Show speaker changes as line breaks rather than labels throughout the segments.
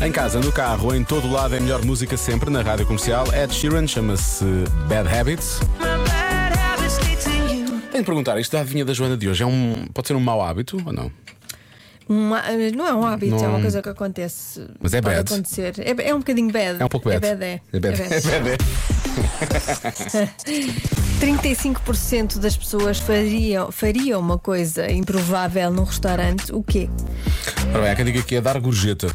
Em casa, no carro, em todo lado é melhor música sempre na rádio comercial. Ed Sheeran chama-se Bad Habits. Tenho de perguntar, isto da adivinha da Joana de hoje é um, pode ser um mau hábito ou não?
Uma- não é um hábito, é
Não.
uma coisa que acontece.
Mas é
pode
bad.
acontecer. É, é um bocadinho bad.
É um pouco bad.
É bad, é.
É bad.
É
É
bad.
bad, é.
35% das pessoas fariam, fariam uma coisa improvável num restaurante. O quê?
Ora bem, há quem diga que é dar gorjeta.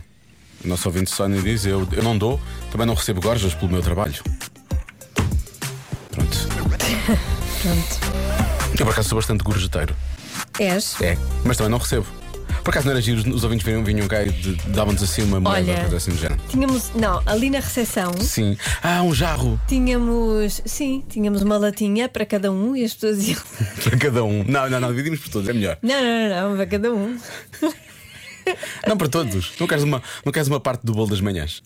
O nosso ouvinte Sónia diz: eu, eu não dou, também não recebo gorjas pelo meu trabalho. Pronto.
Pronto.
Eu por acaso sou bastante gorjeteiro.
És?
É. Mas também não recebo. Por acaso não era giro, os- os ouvintes vinham, vinham cá e de- davam-nos assim uma moeda,
Olha.
coisa assim do género.
Tínhamos. Não, ali na recepção.
Sim. Ah, um jarro
Tínhamos, sim, tínhamos uma latinha para cada um e as pessoas iam.
para cada um. Não, não, não, dividimos por todos, é melhor.
Não, não, não, não, para cada um.
Não para todos. Não queres uma, não queres uma parte do bolo das manhãs.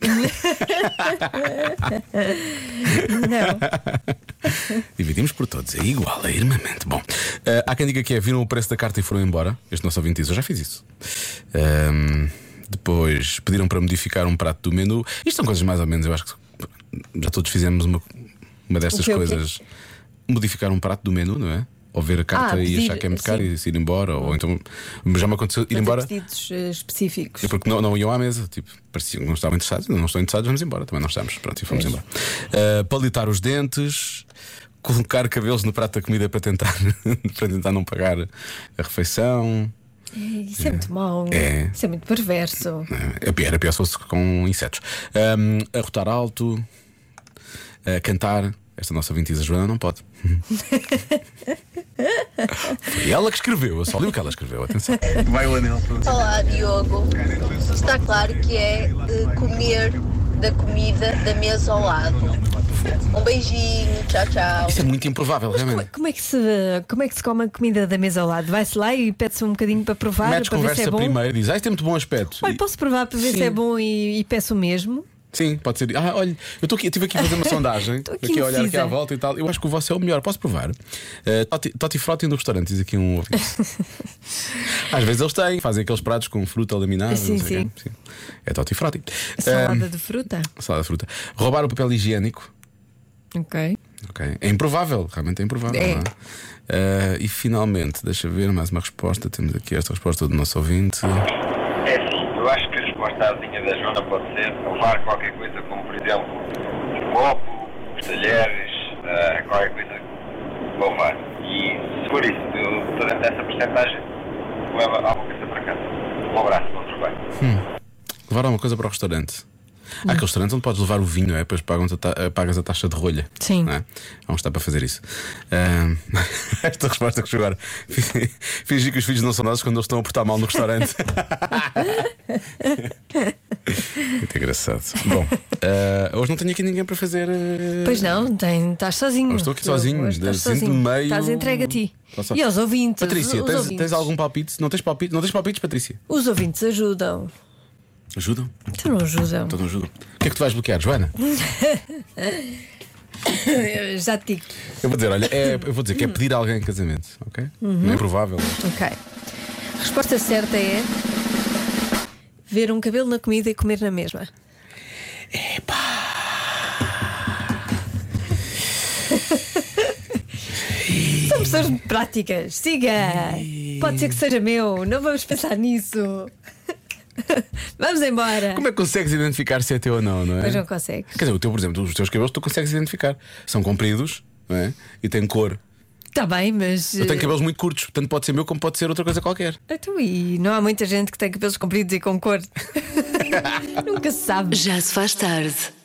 Não.
Dividimos por todos, é igual, é irmamente. Bom, eh, há quem diga que é, viram o preço da carta e foram embora. Este nosso ouvinte diz, eu já fiz isso. Ahm, depois pediram para modificar um prato do menu. Isto são coisas mais ou menos, eu acho que já todos fizemos uma, uma destas
O quê, o quê?
coisas. Modificar um prato do menu, não é? Ou ver a carta
Ah,
e
pedir,
achar que é muito caro
sim.
e se ir embora. Ou então, já me aconteceu ir
Fazer
embora.
Pedidos eh, específicos.
É Porque não, não iam à mesa, tipo, pareciam que não estavam interessados, não estão interessados, vamos embora, também não estamos, pronto, e fomos
Pois.
embora. Ah, palitar os dentes, colocar cabelos no prato da comida para tentar, para tentar não pagar a refeição.
Isso é muito mau.
É.
Isso é muito perverso.
É pior, era pior se fosse com insetos. Ahm, arrotar alto, ah, cantar. Esta nossa ventiza Joana não pode. Foi ela que escreveu, eu só li o que ela escreveu, atenção.
Vai o anel para
Olá, Diogo. Está claro que é eh, comer da comida da mesa ao lado. Um beijinho, tchau, tchau.
Isso é muito improvável,
Como,
realmente.
como é que se, como é que se come a comida da mesa ao lado? Vai-se lá e pede-se um bocadinho para provar,
Metes
para ver se é
conversa
bom.
primeiro, diz, ah, isto tem muito bom aspecto.
Olha, posso provar para ver se é
Sim.
bom e, e peço o mesmo?
Sim, pode ser. Ah, olha, eu estou aqui, eu tive aqui a fazer uma sondagem,
Estou aqui
a olhar aqui
indecisa.
à volta e tal. Eu acho que o vosso é o melhor, posso provar. Eh, Toti Toti Frottin do restaurante, diz aqui um ouvinte. Às vezes eles têm, fazem aqueles pratos com fruta laminada.
Sim,
não sei
sim.
quê. sim. É Toti Frottin.
Salada de fruta?
Eh, salada de fruta. Roubar o papel higiênico.
Ok.
ok É improvável, realmente é improvável.
É.
não Eh, e finalmente, deixa ver mais uma resposta. Temos aqui esta resposta do nosso ouvinte.
É assim, eu acho que a resposta à linha da Joana pode ser levar qualquer coisa, como por exemplo, um copo, os talheres, ah, qualquer coisa para levar. E se for isso, eu estou dentro dessa porcentagem, leva alguma coisa para casa. Um abraço, bom trabalho.
Levar alguma coisa para o restaurante. Há aquele restaurante onde podes levar o vinho, é? Depois pagam pagas a taxa de rolha.
Sim.
Não é? Há uns que está para fazer isso. Ahm, esta resposta que chegou agora. Fingir que os filhos não são nossos quando eles estão a portar mal no restaurante. Muito engraçado. Bom, ah, hoje não tenho aqui ninguém para fazer. ah,
Pois não, tem, estás sozinho.
Eu estou aqui sozinho,
Hoje Estás
sinto-me
sozinho.
meio-
Estás entregue a ti.
Estou só-
E aos ouvintes.
Patrícia,
os
tens,
ouvintes.
tens algum palpite? Não tens palpite? Não tens palpites, Patrícia?
Os ouvintes ajudam.
Ajudam?
Tu não ajudam.
Então não ajudam. O que é que tu vais bloquear, Joana?
Eu Já te digo.
Eu vou dizer, olha, é- eu vou dizer que é pedir a alguém em casamento, ok? Não é provável.
Ok. Resposta certa é. Ver um cabelo na comida e comer na mesma. Epá! São pessoas muito práticas. Siga! Pode ser que seja meu, não vamos pensar nisso. Vamos embora.
Como é que consegues identificar se é teu ou não, não é?
Pois não consegues.
Quer dizer, o teu, por exemplo, os teus cabelos tu consegues identificar. São compridos, não é? E têm cor.
Está Tá bem, mas.
Eu tenho cabelos muito curtos, tanto pode ser meu como pode ser outra coisa qualquer.
eh, então, e não há muita gente que tem cabelos compridos e com cor. Nunca se sabe.
Já se faz tarde